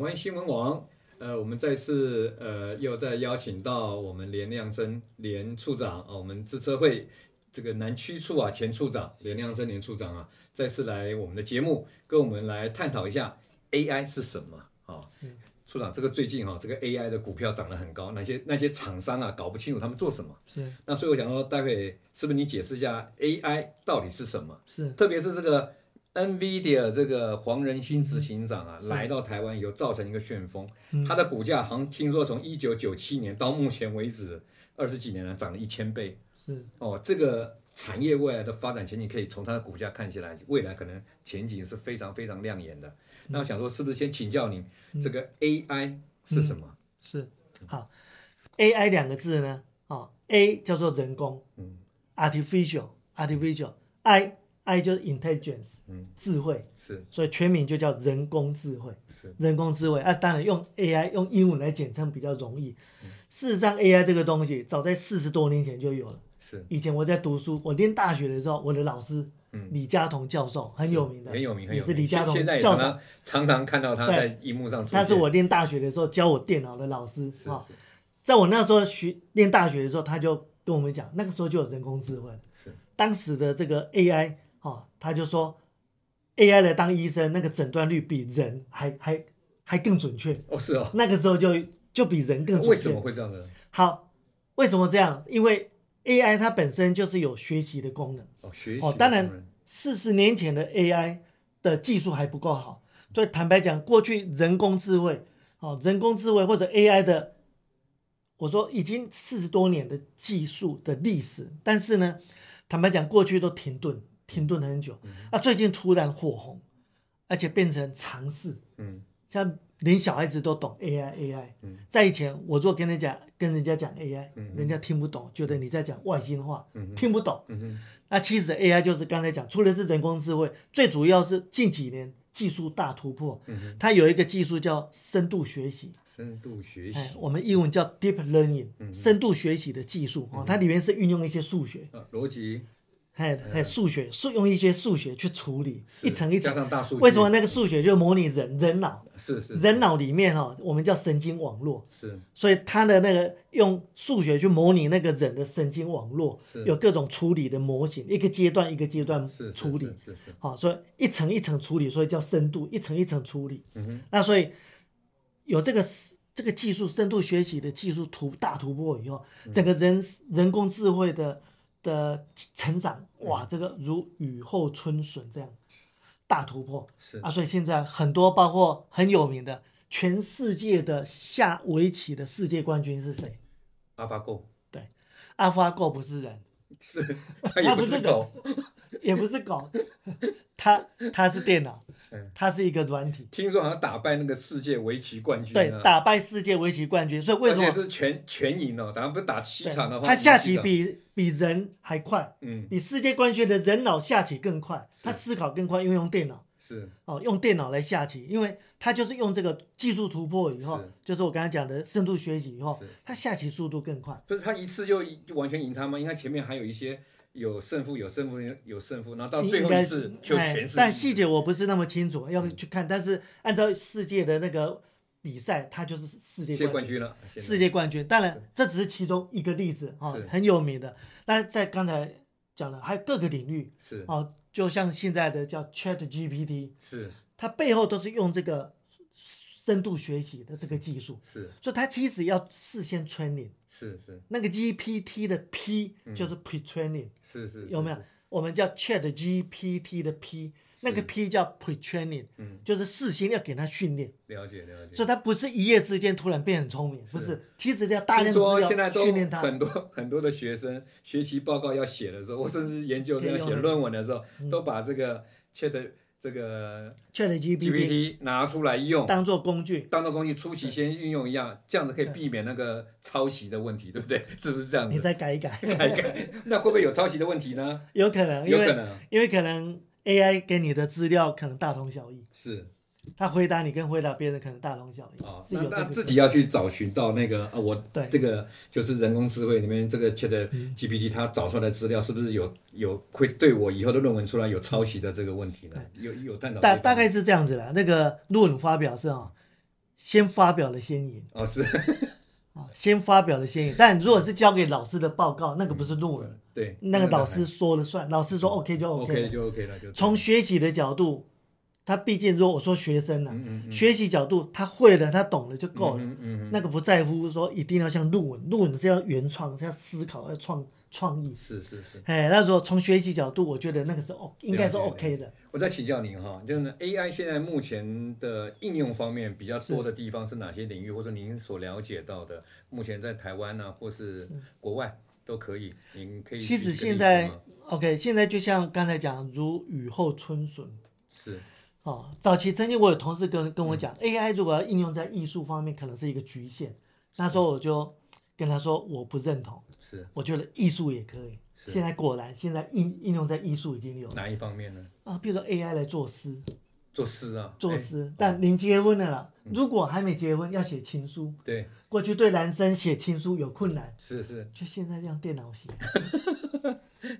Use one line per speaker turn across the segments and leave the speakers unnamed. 湾新闻网，呃，我们再次呃又再邀请到我们连亮生连处长啊，我们自测会这个南区处啊前处长连亮生连处长啊，再次来我们的节目，跟我们来探讨一下 AI 是什么啊。处长，这个最近哈、这个 AI 的股票涨得很高，那些那些厂商啊，搞不清楚他们做什么。
是
那所以我想说，待会是不是你解释一下 AI 到底是什么？
是
特别是这个 NVIDIA 这个黄仁勋执行长啊，来到台湾以后造成一个旋风，
嗯
它的股价好像听说从一九九七年到目前为止二十几年来涨了一千倍
是
哦，这个。产业未来的发展前景，可以从它的股价看起来，未来可能前景是非常非常亮眼
嗯
的。那我想说，是不是先请教您，这个 AI 是什么？
是，
嗯
好，AI 两个字呢，哦，A 叫做人工，
嗯
a r t i f i c i a l artificial，I I 就是 intelligence，
嗯
智慧，
是
所以全名就叫人工智慧。
是，
人工智慧啊，当然用 AI 用英文来简称比较容易。
嗯
事实上，AI 这个东西早在四十多年前就有了。
是
以前我在读书，我念大学的时候，我的老师
嗯
李嘉彤教授很有名的，
很有名，很
也
有
是
名。
李嘉
现
彤
现在也
校
常
长，
常常常看到他在荧幕上出现。
他是我念大学的时候教我电脑的老师哦
是
哈。
是
在我那时候学念大学的时候，他就跟我们讲，那个时候就有人工智慧了，
是
当时的这个 AI 哦，他就说 AI 来当医生，那个诊断率比人还还还更准确，
哦是哦，
那个时候就就比人更准确。
为什么会这样呢？
好，为什么这样？因为 AI 它本身就是有学习的功能。
哦，学习
哦
的
当然
工人
四十年前的 AI 的技术还不够好，所以坦白讲，过去人工智慧，哦，人工智慧或者 AI 的，我说已经四十多年的技术的历史，但是呢，坦白讲，过去都停顿，停顿很
嗯
久，啊，最近突然火红，而且变成常识，
嗯
像连小孩子都懂 AI AI
嗯。
在以前，我如果跟人家跟人家讲 AI，
嗯嗯
人家听不懂，觉得你在讲外星话
嗯嗯，
听不懂。
嗯哼
那其实 AI 就是刚才讲，除了是人工智慧，最主要是近几年技术大突破。
嗯哼，
它有一个技术叫深度学习，
深度学
哎，
习，
我们英文叫 deep learning，
嗯嗯
深度学习的技术哦，它里面是运用一些数学，
呃，逻辑
哎哎，数学，数用一些数学去处理，
嗯是
一层一层
加。上大数据，
为什么那个数学就模拟人人脑？
是是
人脑里面哈、哦，我们叫神经网络，
是
所以它的那个用数学去模拟那个人的神经网络
是，
有各种处理的模型，一个阶段一个阶段
是是
处理。
是是是，
好、所以一层一层处理，所以叫深度，一层一层处理。
嗯哼
那所以有这个这个技术深度学习的技术突大突破以后，整个人人工智慧的的成长，哇，这个如雨后春笋这样大突破
是
啊！所以现在很多包括很有名的全世界的下围棋的世界冠军是谁？
AlphaGo
对，AlphaGo 不是人，
是，它也
它
不
啊不
是
是
狗，
也不是狗，它它是电脑
嗯，
它是一个软体。
听说好像打败那个世界围棋冠军
对
啊，，
打败世界围棋冠军，所以为
而
什
且
么
是全全赢哦，打不是打七
对
场的话，
他下
五七
棋
场
比比人还快？
嗯
比世界冠军的人脑下棋更快，
是
他思考更快，因为用电脑
是
哦，用电脑来下棋，因为他就是用这个技术突破以后
是，
就是我刚才讲的深度学习以后
是，
他下棋速度更快。
不是他一次就就完全赢他吗？应该前面还有一些有胜负，有胜负，有胜负，然后到哦最后
应
一
该
次就全是嗯
哎。但
赢
细节我不是那么清楚，要去看。但是按照世界的那个比赛，他就是世
世界
界
冠
冠军。
军了，现在
世界冠军。当然，这只是其中一个例子啊、
是
很有名的。那在刚才讲的，还有各个领域
是
哦、就像现在的叫 Chat GPT，
是
它背后都是用这个深度学习的这个技术，
是
所以它其实要事先 training。
是是
那个 GPT 的 P 就是 pre training，、
是嗯是，
有没有
是？？
我们叫 Chat GPT 的 P，那个 P 叫 pre training，
嗯
就是事先要给它训练。
了解了解。
所以它不是一夜之间突然变很聪明，不是，其实要大
听
量资
说
料
现在都
训练它。
很多很多的学生学习报告要写的时候，我甚至研究生要
可以
写
用
论文的时候，
嗯
都把这个 Chat 这个
ChatGPT
GPT 拿出来用，
当做工具，
当做工具初期先运用一样，这样子可以避免那个抄袭的问题，对不对？ 是不是这样
你
子？
再改一 改，
改一改，那会不会有抄袭的问题呢？
有可能，因
有可
为
能啊
因为可能 AI 给你的资料可能大同小异，
是
他回答你跟回答别人可能大同小异，
啊，
是
那
有这
那
个
自己要去找寻到那个啊，我
对嗯
这个就是人工智慧里面这个 Chat GPT 它找出来的资料是不是有有会对我以后的论文出来有抄袭的这个问题呢？有有探讨这一
大
方面
大概是这样子啦。那个论文发表是啊、先发表了先言
哦，是，
啊，先发表了先言。但如果是交给老师的报告，那个不是论文，
嗯对，
那个导师
还
说了算，老师说 OK 就 OK 了
OK 就 OK 了，就
从学习的角度，他毕竟如果我说学生呢、啊，
嗯嗯嗯
学习角度他会了，他懂了就够了。
嗯嗯嗯
那个不在乎说一定要像论文，论文是要原创，是要思考，要创创意
嗯，。是是是。
哎，那如果从学习角度，我觉得那个是 O，应该是
了解
OK 的。
我再请教您哈，就是呢 AI 现在目前的应用方面比较多的地方是哪些领域，或者您所了解到的，目前在台湾呢、或是国外都可以，您可以举
其
一个
实
例子
现在
吗
OK，现在就像刚才讲，如雨后春笋。
是
哦，早期曾经我有同事跟
嗯
跟我讲、a i 如果要应用在艺术方面，可能是一个局限。那时候我就跟他说，我不认同，
是
我觉得艺术也可以。
是
现在果然，现在应应用在艺术已经有了
哪一方面呢？
啊，比如说 AI 来作诗，
作诗啊，
作
哎嗯
诗。但您结婚了啦，如果还没结婚，要写情书，
对，
过去对男生写情书有困难，
是是
就现在让电 脑写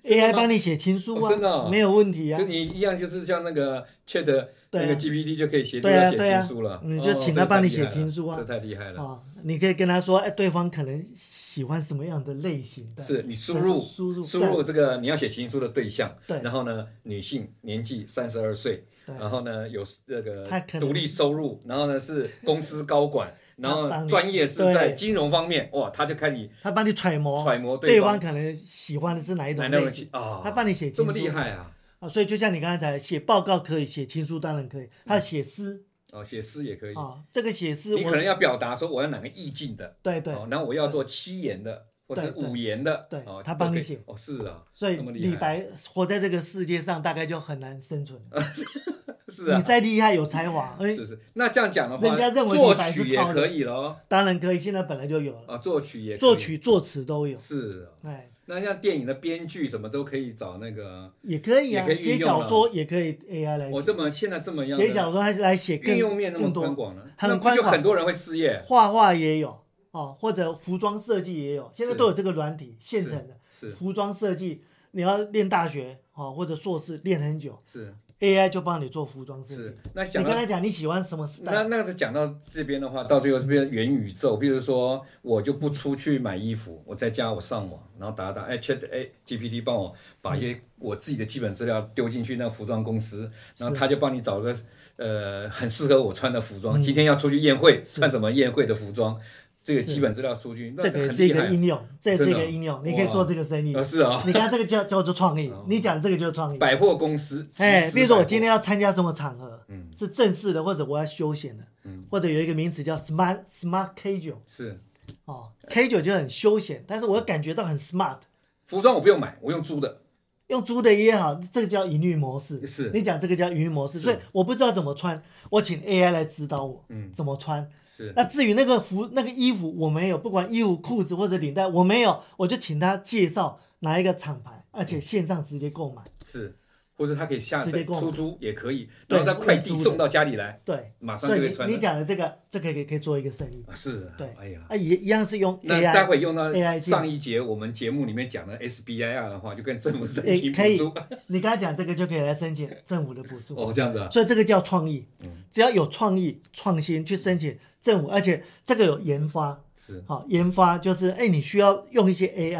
，AI 帮你写情书
哦
啊，
真的哦
没有问题啊
就。你一样，就是像那个 Chat
对啊
那个 GPT 就可以协助
对啊
他写
对啊
情书了，
你就
哦
请
这
他
个
帮
太
你
厉
写
害了
情书啊
这太厉害了。
哦，你可以跟他说，哎，对方可能喜欢什么样的类型的，
是你输
但
入
输入
输
对
入这个你要写情书的对象，
对
然后呢，女性年纪三十二岁，
对
然后呢有这个
他可能
独立收入，然后呢是公司高管， 然
他帮
后
你
专业是在
对
金融方面，哇，他就开始
他帮你揣摩
揣摩
对
方
可能喜欢的是哪一种
来
类
那
型
啊，
他帮你写
这么
情
厉
书
害啊！
啊，所以就像你刚才写报告可以，写情书当然可以，还有写诗
哦，写诗也嗯可以，
啊，这个写诗
你可
我
能要表达说我要哪个意境的，
对对，
哦，然后我要做七言的或是
对对
五言的，
对
哦，
他
都
帮
可
你
以
写，
哦，是啊，
所以
这么厉
李
害
白活在这个世界上，大概就很难生存了。
是啊
你，再厉害有才 华，哎，
是是，那这样讲的话，
人家认为李
作
白是
曲也
抄的
可以咯，
当然可以，现在本来就有了，
啊，作曲也可以
作曲、作词都有。
是啊，
哎，
那像电影的编剧什么都可以找那个，
也可以啊
也可，以
写
运用
小
了
说也可以 AI 来
我
写，
这么现在这么样的
哎写小说还是来写更
运用面那么
更
宽
多，
广了，
很
那不
宽
就
广
很多人会失业，
画画也有哦，或者服装设计也有，现在
是
都有这个软体现成的
是
服装设计，你要练大学哦或者硕士练很久
是
，AI 就帮你做服装设
是
计。，
那
你
想
跟
到。
他讲你喜欢什么
那
style，
那是讲到这边的话，到最后这边元宇宙，比如说我就不出去买衣服，我在家我上网，然后打打哎 Chat 哎 GPT 帮我把一
嗯
些我自己的基本资料丢进去那个服装公司，然后他就帮你找个呃很适合我穿的服
嗯
装，今天要出去宴会穿什么宴会的服装，这个
是
基本资料数据，那
这个也
很
是一
厉
个
害
应用，这也是一
真
个
的
应用，你可以
哇
做这个生意。
啊是啊，
你看这个叫叫做创意
哦，
你讲的这个就是创意。
百货公司，
哎，
集
比
市
如说我
百货
今天要参加什么场合，
嗯
是正式的，或者我要休闲的，或者有一个名词叫 smart smart K 九
是
哦，K 九就很休闲，但是我感觉到很 smart。
服装我不用买，我用租的，
用租的也好，这个叫盈利模式。
是
你讲这个叫盈利模式，
是
所以我不知道怎么穿，我请 AI 来指导我
嗯
怎么穿。
是
那至于那个服、那个衣服，我没有，不管衣服、裤子或者领带，我没有，我就请他介绍哪一个厂牌，而
嗯
且线上直接购买。
是，或者他可以下
直
载
接购买
出租也可以，
对
然后他快递
用租的
送到家里来。
对，
马上
所
就
以
可以穿
你你
了。
讲的这个，这个也可以做一个生意。
啊是啊，
对
哎呀，
啊，一一样是用
那待
AI，
会用到
AI 进
上一节我们节目里面讲的 SBIR 的话，就跟政府申
诶
请补
可以
助。
你刚才讲这个就可以来申请政府的补助。
哦，这样子啊，
所以这个叫创意
嗯，
只要有创意、创新去申请政府，而且这个有研发，
是
好、研发就是哎，你需要用一些 AI，、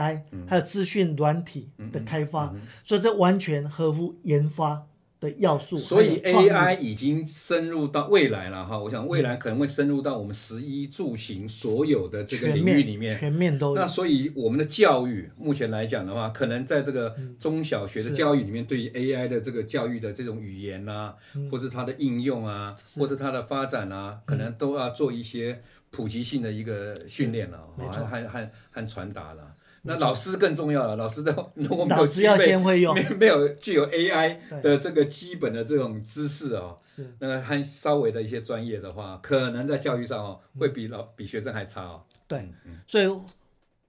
还有
嗯
资讯软体的开发，所以这完全合乎研发的要素。
所以
还有创意
AI 已经深入到未来了哈。我想未来可能会深入到我们食衣住行所有的这个
全
领
面
域里面。
全面都
那
哦有。
所以我们的教育目前来讲的话，可能在这个
嗯
中小学的教育里面，对于 AI 的这个教育的这种语言啊，
嗯
或是它的应用啊，或是它的发展啊，可能都要做一些普及性的一个训练了，
没
哦
错
和和和传达了。那老师更重要了，老师的 如果没有
老师要
具备
先会用
没，没有具有 AI
对
的这个基本的这种知识啊、
是
那和稍微的一些专业的话，可能在教育上哦，
嗯
会比老比学生还差哦。
对
嗯，
所以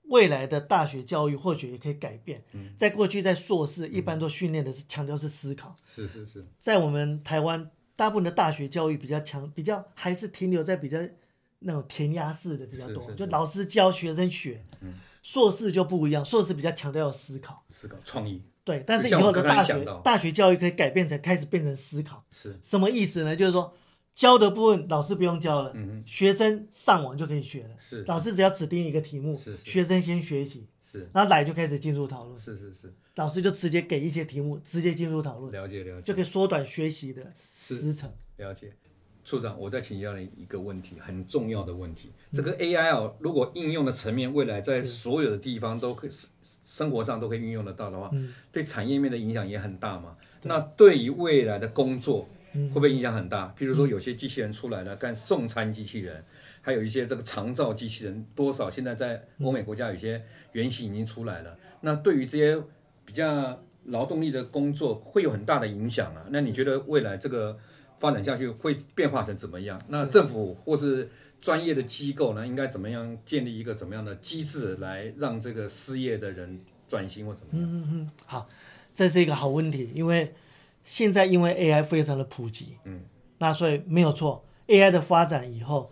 未来的大学教育或许也可以改变。
嗯
在过去，在硕士一般都训练的是强调是思考，
是是是，
在我们台湾，大部分的大学教育比较强，比较还是停留在比较那种填鸭式的比较多，
是是嗯
就老师教学生学。硕士就不一样，硕士比较强调思考。
思考创意
对，但是以
像我
后的
刚刚
大
讲
学
到
大学教育可以改变成开始变成思考，
是
什么意思呢？就是说教的部分老师不用教了，
嗯
学生上网就可以学了。
是
老师只要指定一个题目，
是是
学生先学习，
是
然后来就开始进入讨论，
是是是，
老师就直接给一些题目，直接进入讨论，
了解了解
就可以缩短学习的时程。
了解。处长，我再请教你一个问题，很重要的问题。这个 AI 哦，如果应用的层面未来在所有的地方都可以生生活上都可以运用得到的话，对产业面的影响也很大嘛。那对于未来的工作会不会影响很大？譬如说有些机器人出来了，干送餐机器人，还有一些这个长照机器人，多少现在在欧美国家有些原型已经出来了。那对于这些比较劳动力的工作会有很大的影响啊。那你觉得未来这个发展下去会变化成怎么样？那政府或是专业的机构呢，应该怎么样建立一个怎么样的机制来让这个失业的人转型或怎么样？
嗯嗯，好，这是一个好问题，因为现在因为 AI 非常的普及，嗯，那所以没有错，AI 的发展以后，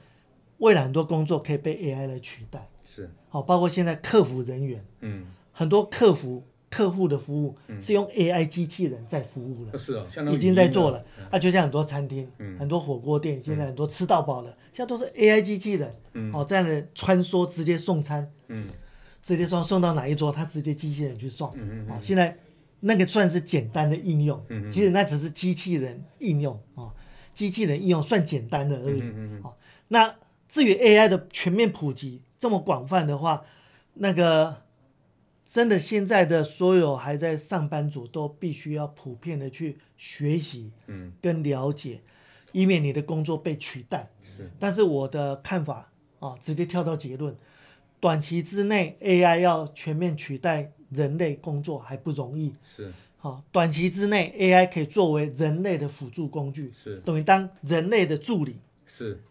未来很多工作可以被 AI 来取代，
是，
好，包括现在客服人员，
嗯，
很多客服客户的服务是用 AI 机器人在服务了。
是哦，相当于
已经在做
了，
了，啊，就像很多餐厅、
嗯
很多火锅店，现在很多吃到饱的，现在都是 AI 机器人，哦，这样的穿梭直接送餐，
嗯，
直接送送到哪一桌，它直接机器人去送，
嗯
哦，现在那个算是简单的应用，其实那只是机器人应用哦，机器人应用算简单的而
嗯
已，哦，那至于 AI 的全面普及这么广泛的话，那个。真的，现在的所有还在上班族都必须要普遍的去学习，
嗯，
跟了解，以免你的工作被取代。
是，
但是我的看法啊，直接跳到结论，短期之内 AI 要全面取代人类工作还不容易。
是
好、短期之内 AI 可以作为人类的辅助工具，
是
等于当人类的助理
是，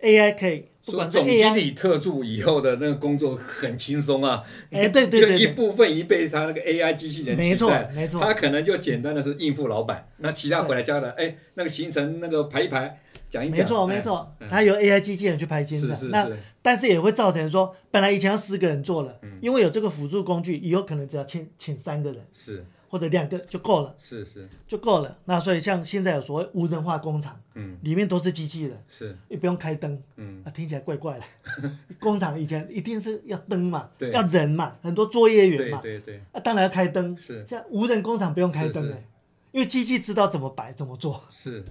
，AI 可以不
说
管是
总经
AI
理特助以后的那个工作很轻松啊，
哎对对对
就
对
一部分已被他那个 AI 机器人
没
取
错
代，
没错
他可能就简单的是应付老板，那其他回来交代，哎，那个行程那个排一排，讲一讲，
没错，
哎
没错，
嗯
它由 AI 机器人去排行
是
程。
是
那
是
但是也会造成说，本来以前要十个人做了，
嗯
因为有这个辅助工具，以后可能只要请请三个人
是
或者两个就够了，
是是
就够了。那所以像现在有所谓无人化工厂，
嗯，
里面都是机器人，
是，
也不用开灯，
嗯，
啊，听起来怪怪的。 工厂以前一定是要灯嘛，
对
要人嘛，很多作业员
对
嘛，
对对，
啊，当然要开灯。
是
像无人工厂不用开灯
是
的
是，
因为机器知道怎么摆怎么做，
是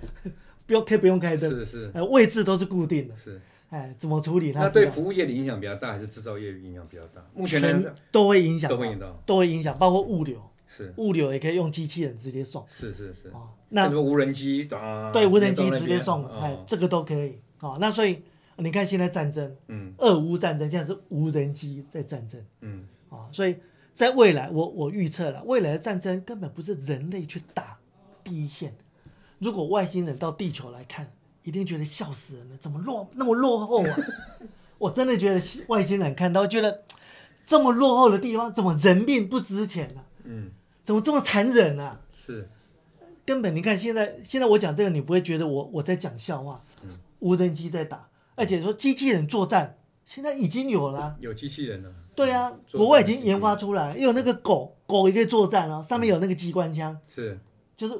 不用可以不用开灯，
是是
呃，位置都是固定的，
是。
哎，怎么处理它
那
知
对
道？
服务业的影响比较大，还是制造业影响比较大？目前来
全
讲
都会影响到，
都会影响到
都会影响，包括物流，
是
物流也可以用机器人直接送
是是是，
哦。
像
那
什么无人机啊，
对无人机
到那
直接
边
送，哎
哦，
这个都可以哦。那所以你看现在战争，
嗯
俄乌战争现在是无人机在战争
嗯
啊、哦，所以在未来，我我预测了，未来的战争根本不是人类去打第一线，如果外星人到地球来看，一定觉得笑死人了，怎么落那么落后啊？ 我真的觉得是外星人看到觉得这么落后的地方，怎么人命不值钱呢、
嗯，
怎么这么残忍啊？
是
根本你看现在，现在我讲这个，你不会觉得我我在讲笑话。无人机在打，而且说机器人作战，现在已经有了啊、
有机器人了，
对啊，
嗯作战
国外已经研发出来，也有那个狗狗也可以作战啊，上面有那个机关枪，
是
就是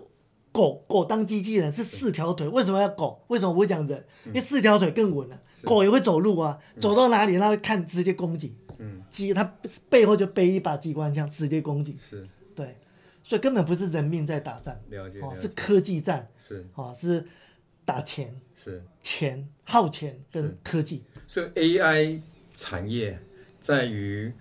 狗狗当机器人是四条腿，为什么要狗？为什么不会讲人？因为四条腿更稳啊，
嗯是
狗也会走路啊，走到哪里它会看，直接攻击。
嗯
机它背后就背一把机关枪，直接攻击。
是
对，所以根本不是人命在打仗，
了解
哦
了，
是
解
科技战。
是
啊，是打钱、
是，
钱、耗钱跟
是
科技。
所以 AI 产业在于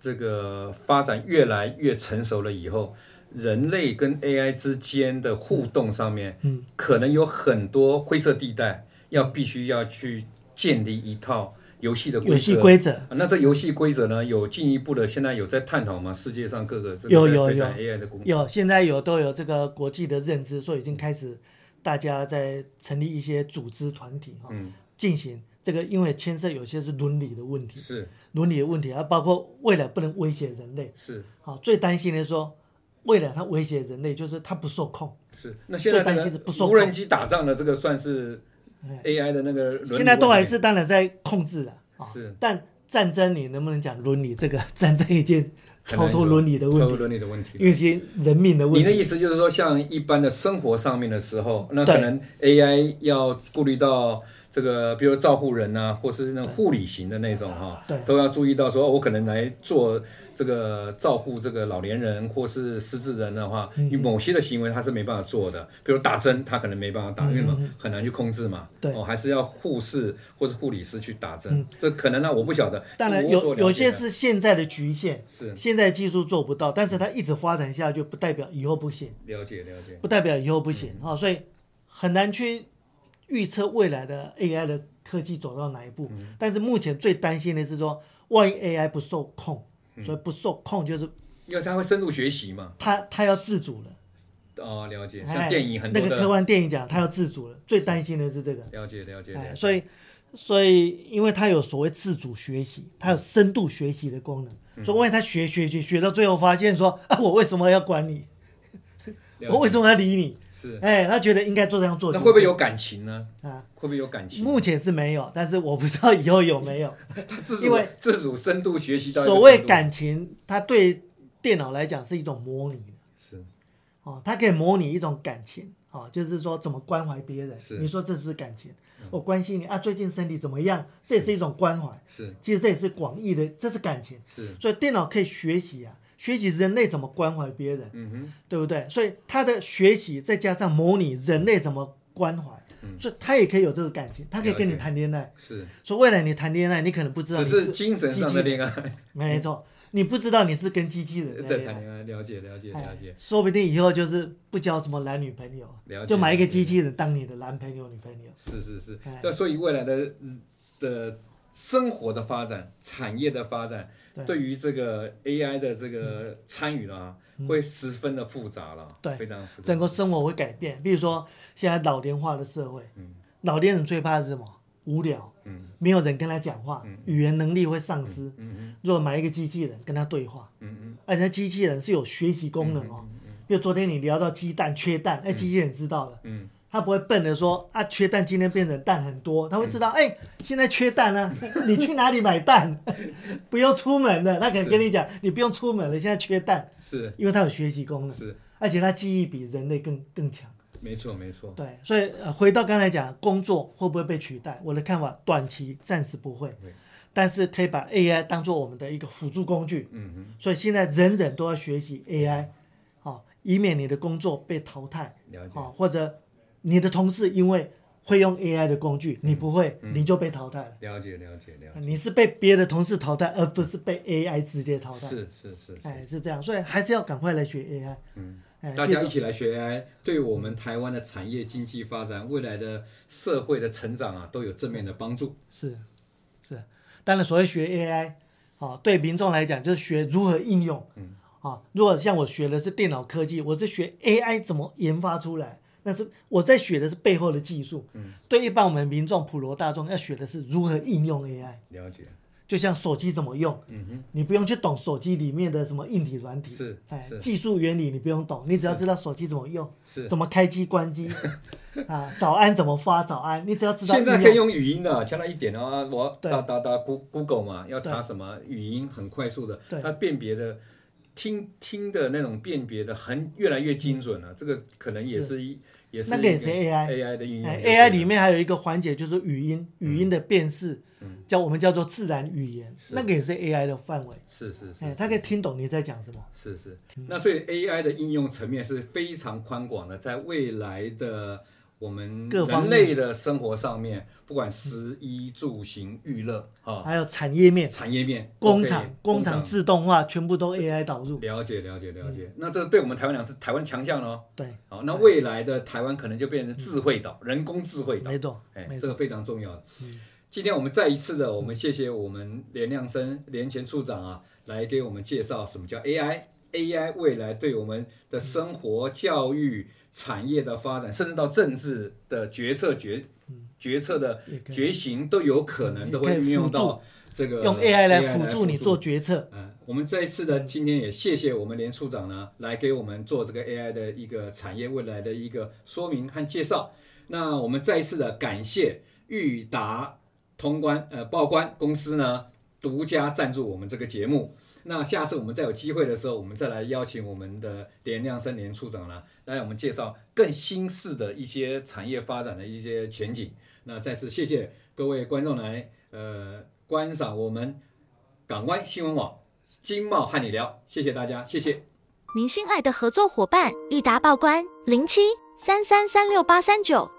这个发展越来越成熟了以后。人类跟 AI 之间的互动上面，
嗯，
可能有很多灰色地带，要必须要去建立一套游戏的
游
规
戏
则，
规则
啊那这游戏规则呢，有进一步的，现在有在探讨吗？世界上各个这个
有
在
有
推展 AI 的工，
有，现在有都有这个国际的认知，所以已经开始大家在成立一些组织团体哈、
嗯
进行这个，因为牵涉有些是伦理的问题，
是
伦理的问题，还包括未来不能威胁人类。
是
好，最担心的是说，未来它威胁人类就是它不受控。
是。那现在
最担心
这
是不受
个
控
无人机打仗的这个算是
哎
AI 的那个伦理问题，
现在都还是当然在控制了啊、
是
但战争你能不能讲伦理？这个战争已经
很难
超脱伦理的
说
问
超脱
题，
伦理的问题。
因为其实人命的
你
问
的
题。
意思就是说，像一般的生活上面的时候，那
对
可能 AI 要顾虑到这个，比如照护人呐、或是那种护理型的那种哈、
对
都要注意到说，哦我可能来做这个照护这个老年人或是失智人的话，
嗯
有某些的行为他是没办法做的，比如打针，他可能没办法打，因为嘛很难去控制嘛，
嗯对
哦，还是要护士或者护理师去打针，
嗯
这可能呢、我不晓得，
当然
我所
有
了
有
解
些
的
是现在的局限，
是
现在技术做不到，但是它一直发展下去，不代表以后不行，
了解了解，
不代表以后不
嗯
行啊、哦所以很难去预测未来的 AI 的科技走到哪一步。
嗯
但是目前最担心的是说，万一 AI 不受控，
嗯
所以不受控就是
因为他会深入学习嘛，
它它要自主了。
哦，了解，
哎
像电影很
那
多
个
的。
科幻电影讲它要自主了，最担心的是这个。
了解了解，了
哎，
解
所以所以因为它有所谓自主学习，它有深度学习的功
嗯
能，所以万一它学学学学到最后发现说 啊，我为什么要管你？
了
我为什么要理你？
是
哎，他觉得应该做这样做，
那会不会有感情呢？
啊？
会不会有感情？
目前是没有，但是我不知道以后有 没有。
他自主
因为
自主深度学习到一个
所谓
程度
感情，它对电脑来讲是一种模拟
是
哦，它可以模拟一种感情哦，就是说怎么关怀别人。
是嗯
你说这是感情，我关心你啊，最近身体怎么样？这也是一种关怀。
是
其实这也是广义的，这是感情。
是，
所以电脑可以学习啊，学习人类怎么关怀别人，
嗯哼，
对不对？所以它的学习再加上模拟人类怎么关怀，
嗯
所以它也可以有这个感情，它可以跟你谈恋爱。
是
所以未来你谈恋爱，你可能不知道
只
你
是精神上的
机器
恋爱
人，没错，你不知道你是跟机器人
呃
在
在
恋
谈
爱。
恋爱，了解了解
哎
了解，
说不定以后就是不交什么男女朋友
了，解
就买一个
了解
机器人当你的男朋友、女朋友。
是是是
哎。
那所以未来的的生活的发展、产业的发展，
对嗯
对于这个 AI 的这个参与啊，会十分的复杂了，
对
非常复杂
整。个生活会改变。比如说现在老年化的社会，老年人最怕的是什么？无聊，
嗯
没有人跟他讲话，语言能力会丧失。
嗯
如果买一个机器人跟他对话，
嗯嗯
而且机器人是有学习功能哦。比如昨天你聊到鸡蛋缺蛋，哎，机器人知道了。
嗯
他不会笨的说啊，缺蛋今天变成蛋很多，他会
嗯
知道哎、现在缺蛋啊，你去哪里买蛋？ 不用出门了，他可能跟你讲，你不用出门了，现在缺蛋，
嗯，是
因为它有学习功能，
是，
而且它记忆比人类更更强。
没错没错。
对，所以、呃、回到刚才讲，工作会不会被取代？我的看法，短期暂时不会
会，
但是可以把 AI 当做我们的一个辅助工具。
嗯哼。
所以现在人人都要学习 AI，好、以免你的工作被淘汰，
了解
好、或者你的同事因为会用 AI 的工
嗯
具，你不会，你就被淘汰了。
了解了解了解，
你是被别的同事淘汰，而不是被 AI 直接淘汰。
是是是是，
哎，是这样，所以还是要赶快来学 AI。
嗯
哎，
大
比如
家
说
一起来学 AI，对我们台湾的产业经济发展、未来的社会的成长啊，都有正面的帮助。
是是，当然，所谓学 AI，啊，对民众来讲就是学如何应用。嗯，啊，如果像我学的是电脑科技，我是学 AI 怎么研发出来，那是我在学的是背后的技术。嗯，对一般我们民众普罗大众要学的是如何应用 AI，
了解，
就像手机怎么用，
嗯哼，
你不用去懂手机里面的什么硬体软体，
是
哎，
是
技术原理你不用懂，你只要知道手机怎么用，
是。
怎么开机 关机，啊，早安怎么发早安，你只要知道
现在
应
可以用语音的，强调一点的话，我
对
打打打 Goo- Google 嘛，要查什么语音很快速的
对，
它辨别的听听的那种辨别的很越来越精准了。这个可能也是一也是
那个也
一
是 AI
AI 啊的嗯应用
哎
对
，AI
不对
里面还有一个环节就是语音，语音的辨识，
嗯
叫我们叫做自然语言，那个也是 AI 的范围。
是是是
哎，
是，
它可以听懂你在讲什么。
是是，
嗯
那所以 AI 的应用层面是非常宽广的，在未来的我们
各方
人
面
类的生活上面，不管食衣住行娱乐啊，
还有产业面、
产业面、
工
OK，
厂、
工
工厂自动化，全部都 AI 导入。
了解了解了解。那这对我们台湾讲是台湾强项喽。
嗯对，
好，那未来的台湾可能就变成智慧岛、人工智慧岛。
没错，
哎，
没
这
错。嗯
个非常重要的。今天我们再一次的，我们谢谢我们连亮生连前处长啊，来给我们介绍什么叫 AI。AI 未来对我们的生活、教育、产业的发展，甚至到政治的决策、决决策的
也嗯可以
觉醒，都有可能
嗯
都
也
会
可以
运用
辅助
到这个
用 AI 来辅助你做决策。
嗯，我们这一次的今天也谢谢我们连处长呢，来给我们做这个 AI 的一个产业未来的一个说明和介绍。那我们再一次的感谢裕达通关呃报关公司呢独家赞助我们这个节目。那下次我们再有机会的时候，我们再来邀请我们的连亮生连处长呢，来我们介绍更新式的一些产业发展的一些前景。那再次谢谢各位观众来呃观赏我们港湾新闻网经贸和你聊，谢谢大家，谢谢。
您心爱的合作伙伴，裕达报关零七三三三六八三九。